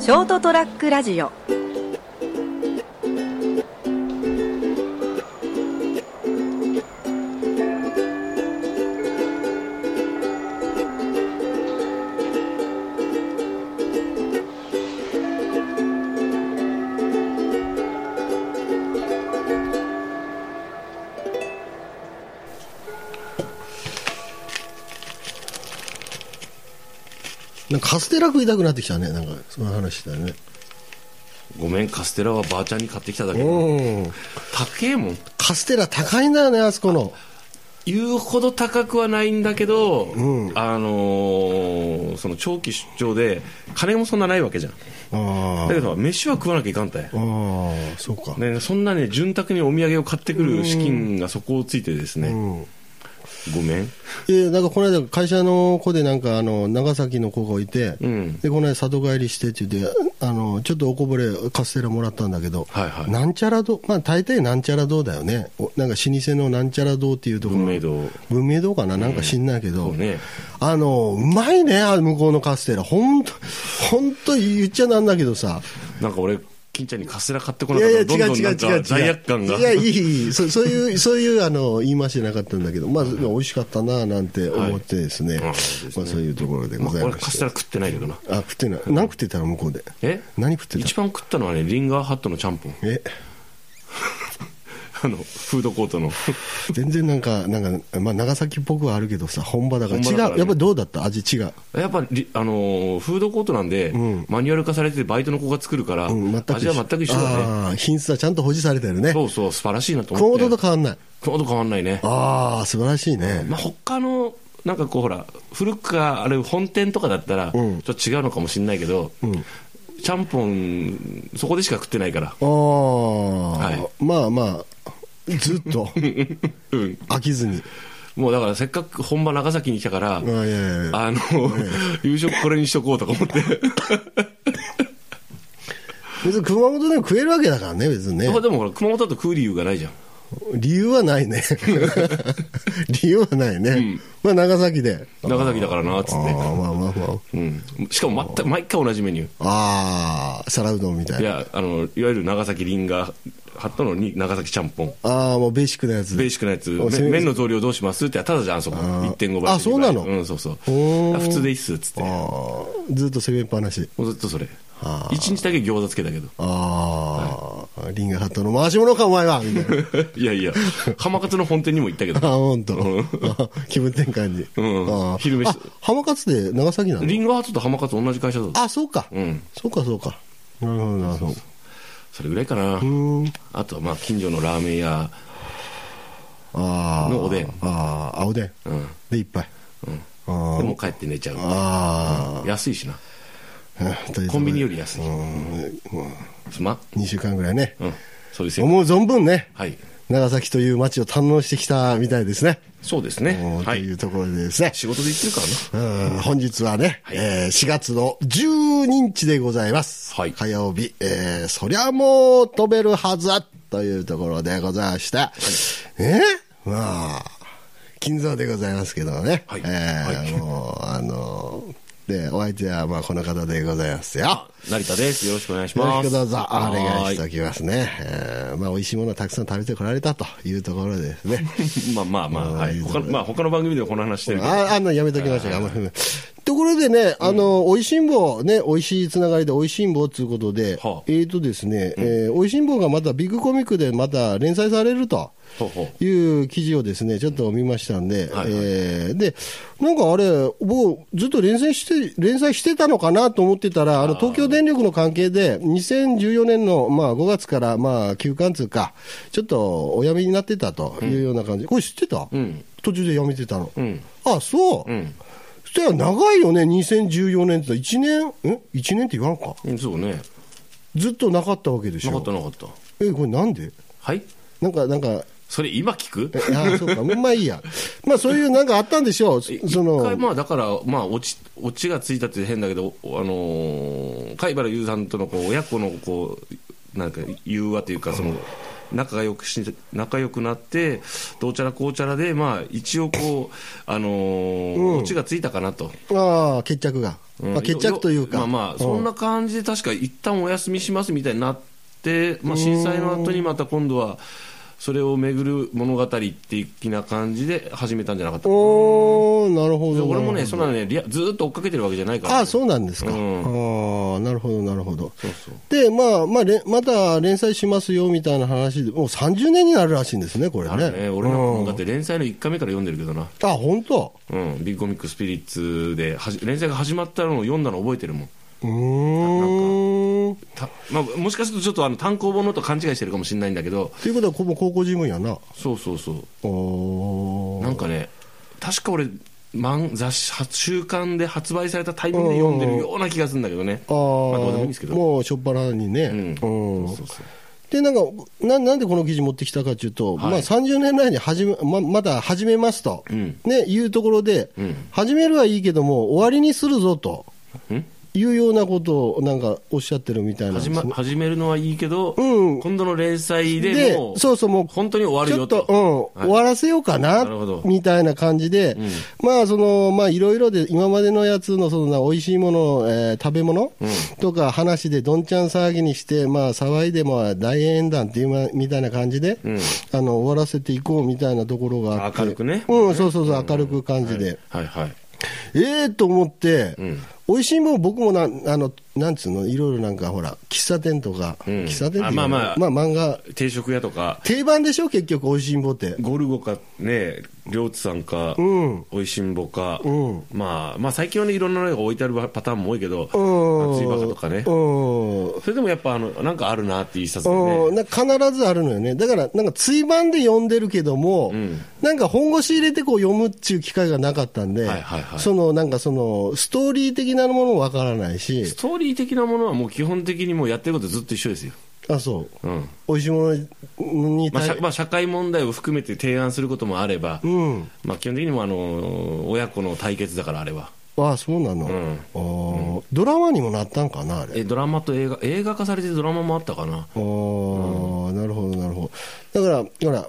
ショートトラックラジオなんかカステラ食いたくなってきたねなんかその話だよねごめんカステラはばあちゃんに買ってきただけ高うんえもんカステラ高いんだよねあそこの言うほど高くはないんだけど、あのーその長期出張で金もそんなないわけじゃんあだーけど飯は食わなきゃいかんたいあ、ーそうか、ね、そんなね潤沢にお土産を買ってくる資金がそこをついてですね、うんごめんえなんかこの間会社の子でなんかあの長崎の子がいて、うんでこの間里帰りしてって言ってあのちょっとおこぼれカステラもらったんだけど、はいはいなんちゃら堂まあ大体なんちゃら堂だよねおなんか老舗のなんちゃら堂っていうところ文明堂文明堂かななんか知んないけど、そうねあのうまいねあの向こうのカステラ本当本当言っちゃなんだけどさなんか俺金ちゃんにカステラ買ってこいなかやっいやた違らどんどうん違う違う違なんかう罪悪感がいやいいいいそ そういうそういうあの言い回しじゃなかったんだけどまあ美味しかったななんて思ってですね、はいあそうですねまあそういうところでごまあざい俺まカしスてテラ食ってないけどなあ食ってない何食ってたの向こうでえ何食ってた一番食ったのはねリンガーハットのちゃんぽんえあのフードコートの全然なんかなんかまあ長崎っぽくはあるけどさ本場だから本場だ違からねうやっぱりどうだった味違うやっぱり、あのーフードコートなんで、んマニュアル化されててバイトの子が作るから、うん全く味は全く一緒だねああ品質はちゃんと保持されてるねそうそう素晴らしいなと思熊って本と変わんない熊本変わんないねああ素晴らしいね、まあ、他のなんかこうほら古くからあれ本店とかだったら、うんちょっと違うのかもしれないけど、ちゃんぽんそこでしか食ってないからああ、はまあまあずっ とうん飽きずにもうだからせっかく本場長崎に来たから、あいやいやいやあの、夕食これにしとこうとか思って、別に熊本でも食えるわけだからね別にねでもほら熊本だと食う理由がないじゃん理由はない ね理由はないね、まあ長崎で長崎だからなっつああって、まあまあまあうん、しかも全く毎回同じメニューああ皿うどんみたいいなやあのいわゆる長崎リンガハットのに長崎ちゃんぽんああもうベーシックなやつベーシックなやつ、あそうめ麺の増量どうしますって、ただじゃん、あそこ、ー1.5倍あそうなのうん、そうそう。ほー普通でいいっす、っつって。もああずっと攻めっぱなしうずっとそれ。あー一日だけ餃子つけたけど。 ああ、リンガーハットの回し者かお前はみたいないやいや、浜勝の本店にも行ったけ あど、あ本当あ気分転換に、うんああ昼飯あ浜勝で長崎なのリンゴハートと浜勝同じ会社だぞ。あ、そうか。うんそうか、そうか。なるほど、なるほど。それぐらいかな。うん。あとは、まあ、近所のラーメン屋、ああ。のおでんああ、あおでん。うん。で、一杯。ああでも帰って寝ちゃう。あ安いしな。 あ。コンビニより。り安い。うん。すまん。 2週間ぐらいね。うん。そうですよ。思う存分ね、はい。長崎という街を堪能してきたみたいですね。そうですねうん。とはいい。うところでですね。仕事で行ってるからね。うん本日はね、はいえー4月の12日でございます。はい火曜日、えーそりゃもう飛べるはずだというところでございました。えーまあ、金蔵でございますけどね。はいえーはいもう、あので、お相手はまあこの方でございますよ。成田です。よろしくお願いしよまろす。しくどうぞおはー願いしておきますね。えーまあ、美味しいものをたくさん食べてこられたというところでですね。 まあまあまあ、はい、他のまあ他の番組でもこの話してるけど、ああんなのやめときましょう、あんまりところでね、あの、美味しんぼ、ね、美味しいつながりで美味しんぼということで、はあえっ、とですね、えー美味しんぼがまたビッグコミックでまた連載されると。ほうほいう記事をですね、ちょっと見ましたんで、はいはいえーで、なんかあれ、僕、ずっと連載して、連載してたのかなと思ってたら、あの、東京電力の関係で、2014年の、まあ、5月から、まあ、休館通か、ちょっとお辞めになってたというような感じ。これ知ってた、ん途中で辞めてたの。んあ、そう。う、うん、そしたら長いよね、2014年って1年、え ?1 年って言わんか。うんそうね、ずっとなかったわけでしょ。なかったなかった、え、これなんではい、なんか、なんか、それ今聞く？ああ、そうか、 まあいいや、まあそういうなんかあったんでしょう、そいそ一の回、まあだからまあ落ち落ちがついたって変だけど、おあのー貝原雄さんとのこう親子のこうなんか融和というかその。仲が良くし仲良くなって、どうちゃらこうちゃらで、まあ、一応こう、あのー落ちがついたかなと、ああ、決着が、まあ、決着というか、まあまあ、んそんな感じで確か一旦お休みしますみたいになって、まあ、震災の後にまた今度は、それを巡る物語的な感じで始めたんじゃなかったかなおーなるほでど、俺なもるね、ほそんなね、リアずーっと追っかけてるわけじゃないから、どあそうなんですか、うんああなるほど、なるほど。そうそうで、まあ、まあ、れまた連載しますよみたいな話で、もう30年になるらしいんですね、これあね。れね、俺なんかもうだっうんて連載の1回目から読んでるけどな、あ、本当うん、ビッグコミックスピリッツではじ連載が始まったのを読んだの覚えてるもん。うーん。たまあ、もしかするとちょっとあの単行本のと勘違いしてるかもしれないんだけどということは、ここも高校事務員やな。そうそうそうおーなんかね確か俺漫雑誌は週刊で発売されたタイミングで読んでるような気がするんだけどねあーまあどうでもいいんですけどもうしょっぱらにね、ううんそうそうでなんかな、なんでこの記事持ってきたかというと、はいまあ、30年前に始めままだ始めますと、うんね、いうところで、うん始めるはいいけども、終わりにするぞとんいうようなことをなんかおっしゃってるみたいなんです始ねま始めるのはいいけど、うん今度の連載ででもうそうそう、もう本当に終わるよちょっと、うん、はい終わらせようかななるほどみたいな感じで、まあそのまあいろいろで今までのやつのそのな美味しいもの、えー食べ物、とか話でどんちゃん騒ぎにしてまあ騒いでまあ大演談っていうまみたいな感じで、あの終わらせていこうみたいなところがあって明るくねうん、そうそうそう明るく感じで、はいはいええと思って、ん美味しいもん僕もなあのなんつうのいろいろなんかほら喫茶店とか、うん喫茶店っていうのあまあまあまあ漫画定食屋とか定番でしょ結局美味しんぼってゴルゴかね両津さんか、うんおいしんぼか、うんまあ、まあ最近はねいろんなのが置いてあるパターンも多いけどうん熱いバカとかねうんそれでもやっぱあのなんかあるなっていう一冊でうんなねんか必ずあるのよね、だからなんか追版で読んでるけども、んなんか本腰入れてこう読むっていう機会がなかったんで、はいはいはいそのなんかそのストーリー的なものもわからないしス、トーリー的なものはもう基本的にもうやってることずっと一緒ですよ、あそう、うん美味しいものにまあ対社まあ、社会問題を含めて提案することもあれば、うん、まあ、基本的にもあの親子の対決だからあれはあそうなの、んあードラマにもなったんかな、あれ。えドラマと映画映画化されてドラマもあったかあなーなるほど、なるほど。だから、ほら、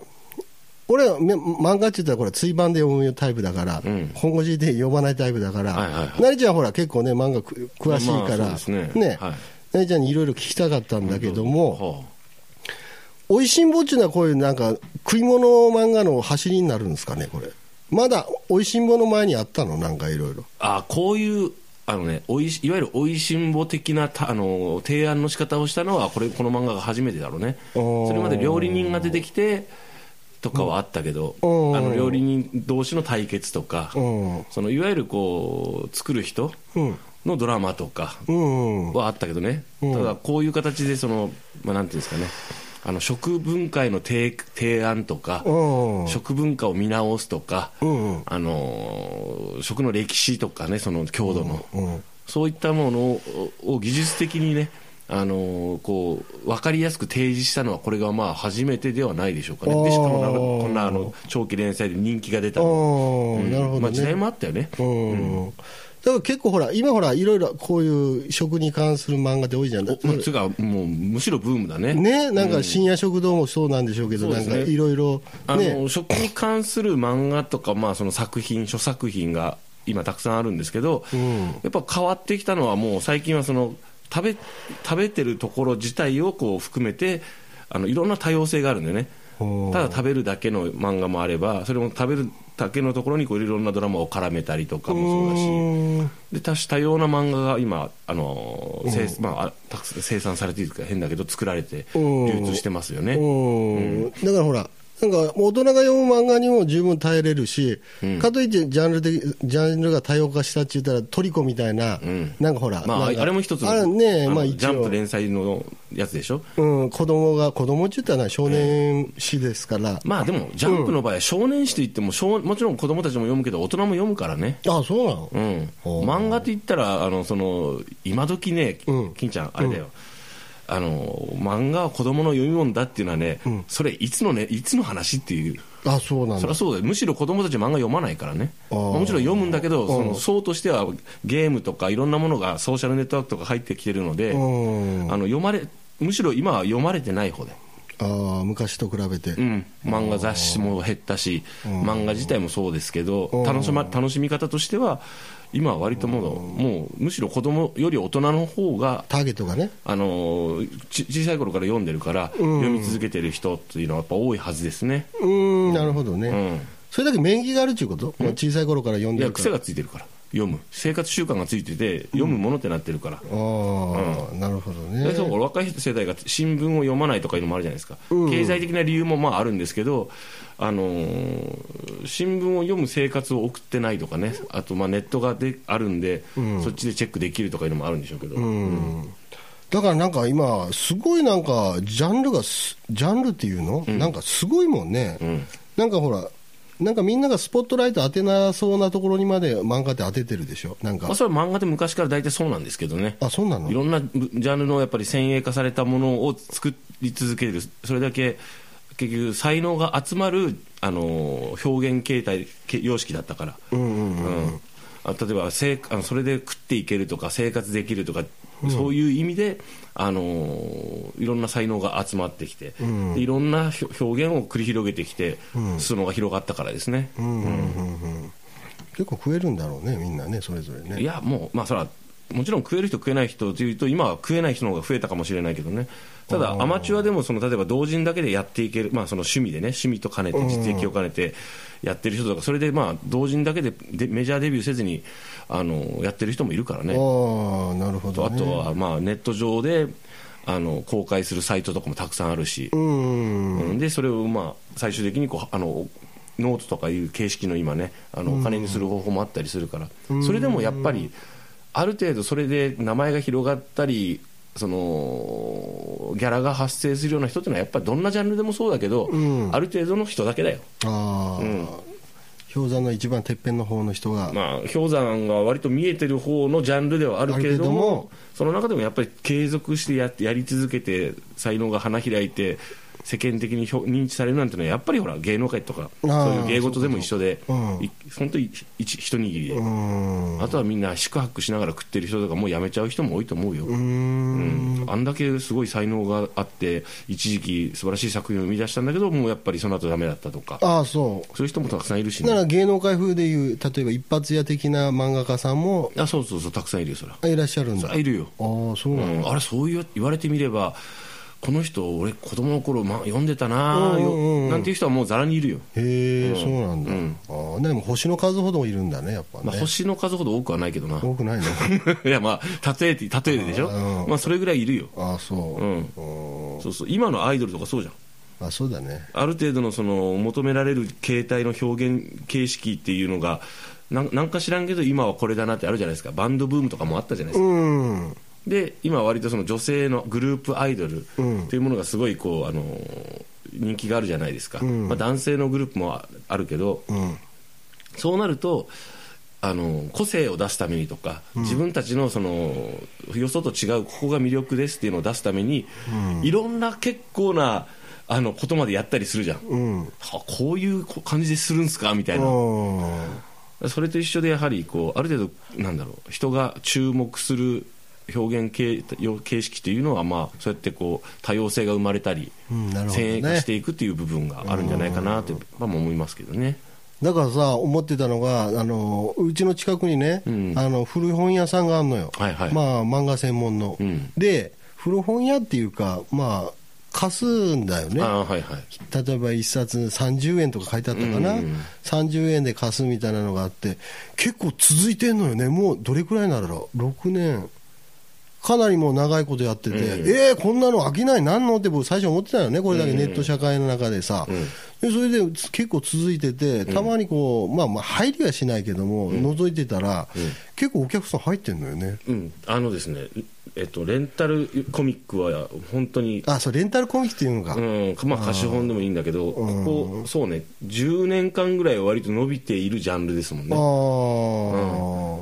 俺はめ漫画って言ったら、これ、追版で読むタイプだから、うん本腰で読まないタイプだから、はいはいはいなりちゃんはほら、結構ね、漫画く詳しいから、まあそうですねはいなりちゃんにいろいろ聞きたかったんだけども、はおいしんぼっちゅうのは、こういうなんか、食い物漫画の走りになるんですかね、これ。まだ、おいしんぼの前にあったの、なんかいろいろ。あ、あこういうあのねおいしいわゆるおいしんぼ的なたあの提案の仕方をしたのはこれこの漫画が初めてだろうねおーそれまで料理人が出てきてとかはあったけど、おーあの料理人同士の対決とか、うん。そのいわゆるこう作る人うん。のドラマとかうん。はあったけどね、うんただこういう形でその、まあ、なんていうんですかねあの食文化への提提案とか、うん。食文化を見直すとか、うん。あのー食の歴史とかねその郷土の、うん。そういったものをを技術的にねあのーこう分かりやすく提示したのはこれがまあ初めてではないでしょうかねでしかもなんかあーこんなあの長期連載で人気が出たあのーなるほど、ね。まあ、時代もあったよね、うんだから結構ほら、今ほら、いろいろこういう食に関する漫画って多いじゃん。おまあ、つうかもうむしろブームだねね、なんか深夜食堂もそうなんでしょうけど、そうなでんすかねいろいろ、あのね、食に関する漫画とか、まあ、その作品諸作品が今たくさんあるんですけど、んやっぱ変わってきたのはもう最近はその食べ食べてるところ自体をこう含めてあのいろんな多様性があるんだよねほうただ食べるだけの漫画もあればそれも食べるだけのところにこういろんなドラマを絡めたりとかもそうだし。うんで多種多様な漫画が今、あの生まああ、たくさん生産されているというか変だけど作られてうん流通してますよね、うんだからほら、なんか大人が読む漫画にも十分耐えれるし、かといってジャンル的ジャンルが多様化したって言ったら、トリコみたいな、んなんかほら、まあ、あなんかれも一つのあれね、あのまあジ一ャンプ応。連載のやつでしょ、うん、子供が、子供って言ったらな少年誌ですから、まあでも、ジャンプの場合は少年誌といっても、少もちろん子供たちも読むけど、大人も読むからね、あ、そうなのうん、おー漫画といったら、あのその今時ね、うん金ちゃん、あれだよ。あの漫画は子供の読み物だっていうのはね、それいつのねいつの話っていうあ、そうなんそだりゃ。そうだよむしろ子供たち漫画読まないからね、あまーあもちろん読むんだけど、そうんの層としてはゲームとかいろんなものがソーシャルネットワークとか入ってきてるので、うんあの読まれむしろ今は読まれてない方で、ああ昔と比べて、うん、漫画雑誌も減ったし、漫画自体もそうですけど、楽しま楽しみ方としては、今は割ともう,、もうむしろ子供より大人の方がターゲットがね、あのーち小さい頃から読んでるから、読み続けてる人っていうのはやっぱ多いはずですね、うーん、なるほどね、うん、それだけ免疫があるっていうこと、まあ小さい頃から読んいでやるから癖、がついてるから読む生活習慣がついてて読むものってなってるから、あーなるほどねで、そう若い世代が新聞を読まないとかいうのもあるじゃないですか、経済的な理由もまああるんですけど、あのー新聞を読む生活を送ってないとかね、あとまあネットがであるんで、そっちでチェックできるとかいうのもあるんでしょうけど、うんだからなんか今、すごいなんか、ジャンルがす、ジャンルっていうの、なんかすごいもんね、んなんかほら、なんかみんながスポットライト当てなそうなところにまで漫画って当ててるでしょ、なんまかあ、、それは漫画って昔から大体そうなんですけどね、あ、そうなのいろんなジャンルのやっぱり先鋭化されたものを作り続ける、それだけ結局、才能が集まる、あのー表現形態、け様式だったから。うんうんうんうん、あ例えばせあのそれで食っていけるとか生活できるとか、そういう意味で、あのーいろんな才能が集まってきて、でいろんなひょ表現を繰り広げてきて、裾野が広がったからですね、結構増えるんだろうね、みんなね、それぞれね。いやもう、まあ、そらもちろん食える人食えない人というと今は食えない人の方が増えたかもしれないけどねただアマチュアでもその例えば同人だけでやっていける、まあ、その趣味でね趣味と兼ねて実益を兼ねてやってる人とかそれでまあ同人だけででメジャーデビューせずにあのやってる人もいるからねああ、なるほとど、あね。とはまあネット上であの公開するサイトとかもたくさんあるし、うん。うんでそれをまあ最終的にこうあのノートとかいう形式の今ねあのお金にする方法もあったりするから、それでもやっぱりある程度それで名前が広がったりそのギャラが発生するような人っていうのはやっぱりどんなジャンルでもそうだけど、ある程度の人だけだよ。ああ、氷山の一番てっぺんの方の人が、まあ、氷山が割と見えてる方のジャンルではあるけれあるけども、どもその中でもやっぱり継続してややり続けて、才能が花開いて、世間的にひょ認知されるなんてのは、やっぱりほら、芸能界とか、あそうーいう芸事でも一緒で、そうかそうかうんい本当に一一握りで、うん。あとはみんな、宿泊しながら食ってる人とか、もうやめちゃう人も多いと思うよ。う。うんんあんだけすごい才能があって、一時期素晴らしい作品を生み出したんだけど、もうやっぱりその後ダメだったとか、ああ、そそういう人もたくさんいるしう。なね。ら芸能界風でいう、例えば一発屋的な漫画家さんもあそうそうそう、たくさんいるよ、そら。あいらっしゃるんだ。あいるよ。ああ、そうなうんだ。んあれそういう言われてみればこの人俺子供の頃、まあ、読んでたなあうんうんうんよなんていう人はもうざらにいるよ、へえ、そうなんだ。ああ、でも星の数ほどいるんだね、やっぱまあ、ね。星の数ほど多くはないけど な多く ないのいやまあ例えて例えてでしうょんまあ、それぐらいいるよ、ああ、そうう。うん、んそうそう今のアイドルとかそうじゃんあそうだね。ある程度のその求められる形態の表現形式っていうのがなんなんか知らんけど今はこれだなってあるじゃないですかバンドブームとかもあったじゃないですかうん。で今割とその女性のグループアイドルというものがすごいこうあの人気があるじゃないですか、まあ、男性のグループもああるけど、うん。そうなるとあの個性を出すためにとか、自分たちのそのよそと違うここが魅力ですっていうのを出すために、いろんな結構なあのことまでやったりするじゃん、うん。はこういう感じでするんですかみたいな、うんそれと一緒でやはりこうある程度なんだろう人が注目する表現形形式というのはまあそうやってこう多様性が生まれたり、うんなるほどね先鋭化していくという部分があるんじゃないかなとまあ思いますけどね。だからさ、思ってたのが、あのうちの近くにね、うんあの古い本屋さんがあるのよ、はいはいまあ、漫画専門の、うんで、古本屋っていうか、まあ、貸すんだよね、ああはいはい。例えば一冊30円とか書いてあったかな、うんうん30円で貸すみたいなのがあって、結構続いてんのよね、もうどれくらいなろう、6年。かなりもう長いことやってて、うんえー、こんなの飽きない、なんのって僕、最初思ってたよね、これだけネット社会の中でさ、でそれで結構続いてて、たまにこう、まあ、まあ入りはしないけども、覗いてたら、結構お客さん入ってんのよね、うんあのですねえっとレンタルコミックは本当に。あそうレンタルコミックっていうのが、うんまあ、貸本でもいいんだけど、ここ、そうね、10年間ぐらいは割と伸びているジャンルですもんね。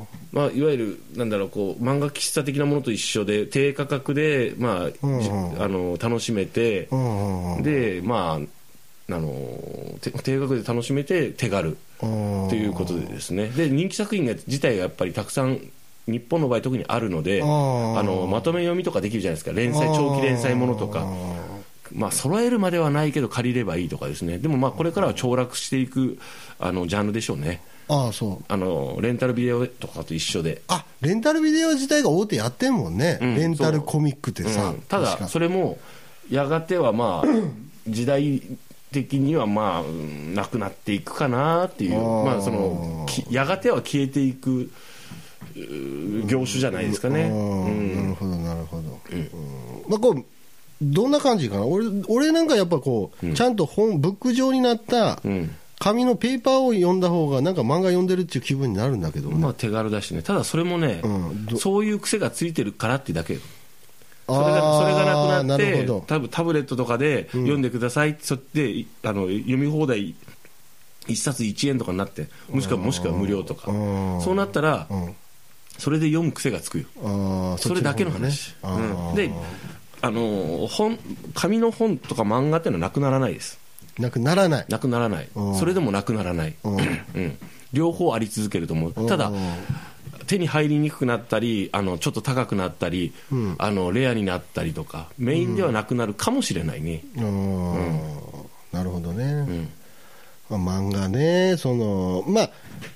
あまあ、いわゆるなんだろうこう漫画喫茶的なものと一緒で低価格で、まあじうんうんあの楽しめてー、うんうんうんでまああのて低価格で楽しめて手軽うんということでですねで人気作品が自体がやっぱりたくさん日本の場合特にあるのでああーのまとめ読みとかできるじゃないですか連載長期連載ものとか。まあ揃えるまではないけど借りればいいとかですねでもまあこれからは凋落していくあのジャンルでしょうね。ああ、そう。あのレンタルビデオとかと一緒で、あレンタルビデオ自体が大手やってんもんね、うんレンタルコミックってさ、うんた確かだそれもやがてはまあ 時代的にはまあうんなくなっていくかなっていあうーまあそのきやがては消えていくうー業種じゃないですかね、うんなうんるほど、なるほど、うんまあ、こうどんな感じかな、俺俺なんかやっぱこう、ちゃんと本、ブック上になったん紙のペーパーを読んだ方が、なんか漫画読んでるっていう気分になるんだけどね、まあ手軽だしねただそれもね、うんどそういう癖がついてるからってだけそれがあそれーがなくなっるてほど多分タブレットとかで読んでくださいって、そっていあの読み放題1冊1円とかになってもしくはもしくは無料とかうんそうなったら、んそれで読む癖がつくよあーそれだけのそ話、っち方ねうあんーであの本紙の本とか漫画ってのはなくならないですなくならない、なくならないうんそれでもなくならない、うんうん、両方あり続けると思うただうん手に入りにくくなったりあのちょっと高くなったり、うんあのレアになったりとかメインではなくなるかもしれないね、うんなるほどね。うんまあ、漫画ね、そのまあ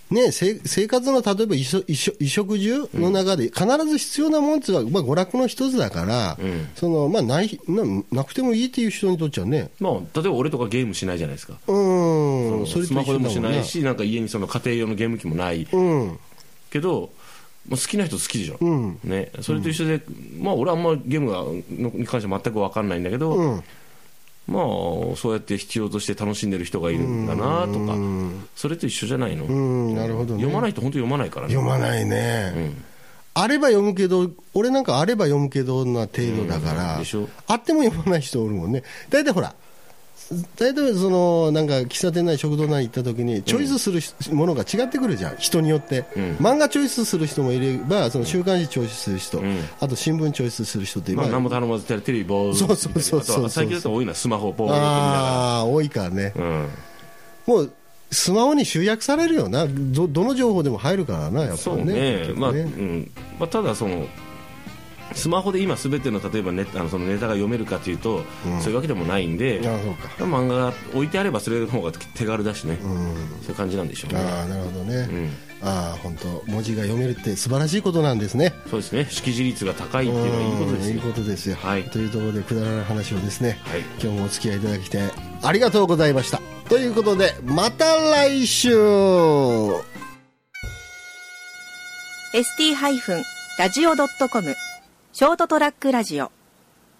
ね、せ生活の例えば衣食衣食衣食住の中で、必ず必要なもんっていうのは、まあ、娯楽の一つだから、うんそのまあないな、なくてもいいっていう人にとっちゃね、まあ、例えば俺とかゲームしないじゃないですか、うーん、それスとマ一ホ緒でだもんしない、し、なんか家にその家庭用のゲーム機もないうん、けど、まあ、好きな人好きでしょ、うんね、それと一緒で、まあ、俺はあんまゲームがのに関しては全く分かんないんだけど、うん、まあ、そうやって必要として楽しんでる人がいるんだなとか、うんそれと一緒じゃないの、うんなるほどね読まないと本当読まないからね。読まないね、あれば読むけど、俺なんかあれば読むけどな程度だから、うんでしょあっても読まない人おるもんね、大体ほら、大体そのなんか喫茶店なり食堂なり行った時に、チョイスするしものが違ってくるじゃん、人によって、ん漫画チョイスする人もいれば、その週刊誌チョイスする人、んあと新聞チョイスする人って、まあ、今何も頼まずテレテレビボーそうそうそうそうあとは最近だと多いのはスマホボールああ、多いからね、もうスマホに集約されるよな、どどの情報でも入るからな、やっぱそうりねね。結まあ、局うねんまあ、ただそのスマホで今すべての例えばネあのそのネタが読めるかというと、そういうわけでもないんであそうか漫画が置いてあればそれの方が手軽だしね、そういう感じなんでしょうねああなるほどね、ああ本当文字が読めるって素晴らしいことなんですねそうですね識字率が高いっていうのはいいことですうんいいよことですよ、はいというところでくだらない話をですね、はい今日もお付き合いいただきてありがとうございましたということでまた来週 ST-radio.com ショートトラックラジオ